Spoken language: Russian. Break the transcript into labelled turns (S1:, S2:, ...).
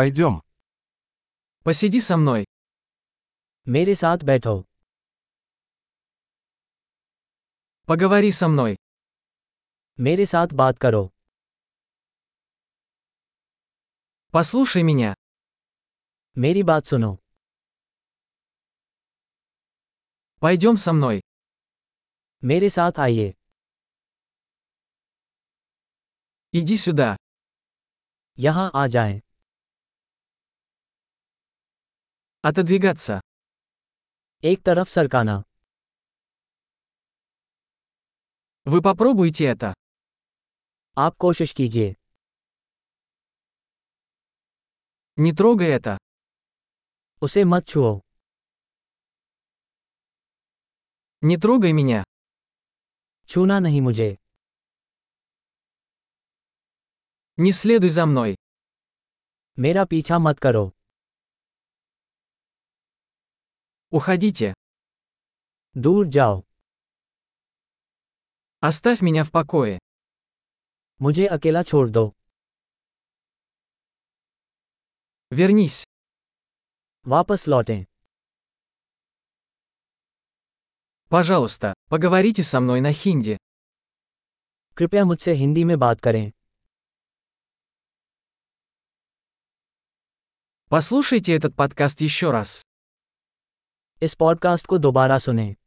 S1: Пойдем.
S2: Посиди со мной.
S3: मेरे साथ बैठो
S2: Поговори со мной.
S3: मेरे साथ बात करो
S2: Послушай меня.
S3: मेरी बात सुनो
S2: Пойдем со мной.
S3: मेरे साथ आइए
S2: Иди сюда.
S3: यहाँ आ जाएं।
S2: Отодвигаться.
S3: एक तरफ सरकाना
S2: Вы попробуйте это.
S3: आप कोशिश कीजिए
S2: Не трогай это.
S3: उसे मत छुओ
S2: Не трогай меня.
S3: छूना नहीं मुझे
S2: Не следуй за мной.
S3: मेरा पीछा मत करो
S2: Уходите.
S3: दूर जाओ
S2: Оставь меня в покое.
S3: मुझे अकेला छोड़ दो
S2: Вернись.
S3: वापस लौटें
S2: Пожалуйста, поговорите со мной на хинди.
S3: कृपया मुझसे हिंदी में बात करें
S2: Послушайте этот подкаст еще раз.
S3: इस पॉडकास्ट को दोबारा सुनें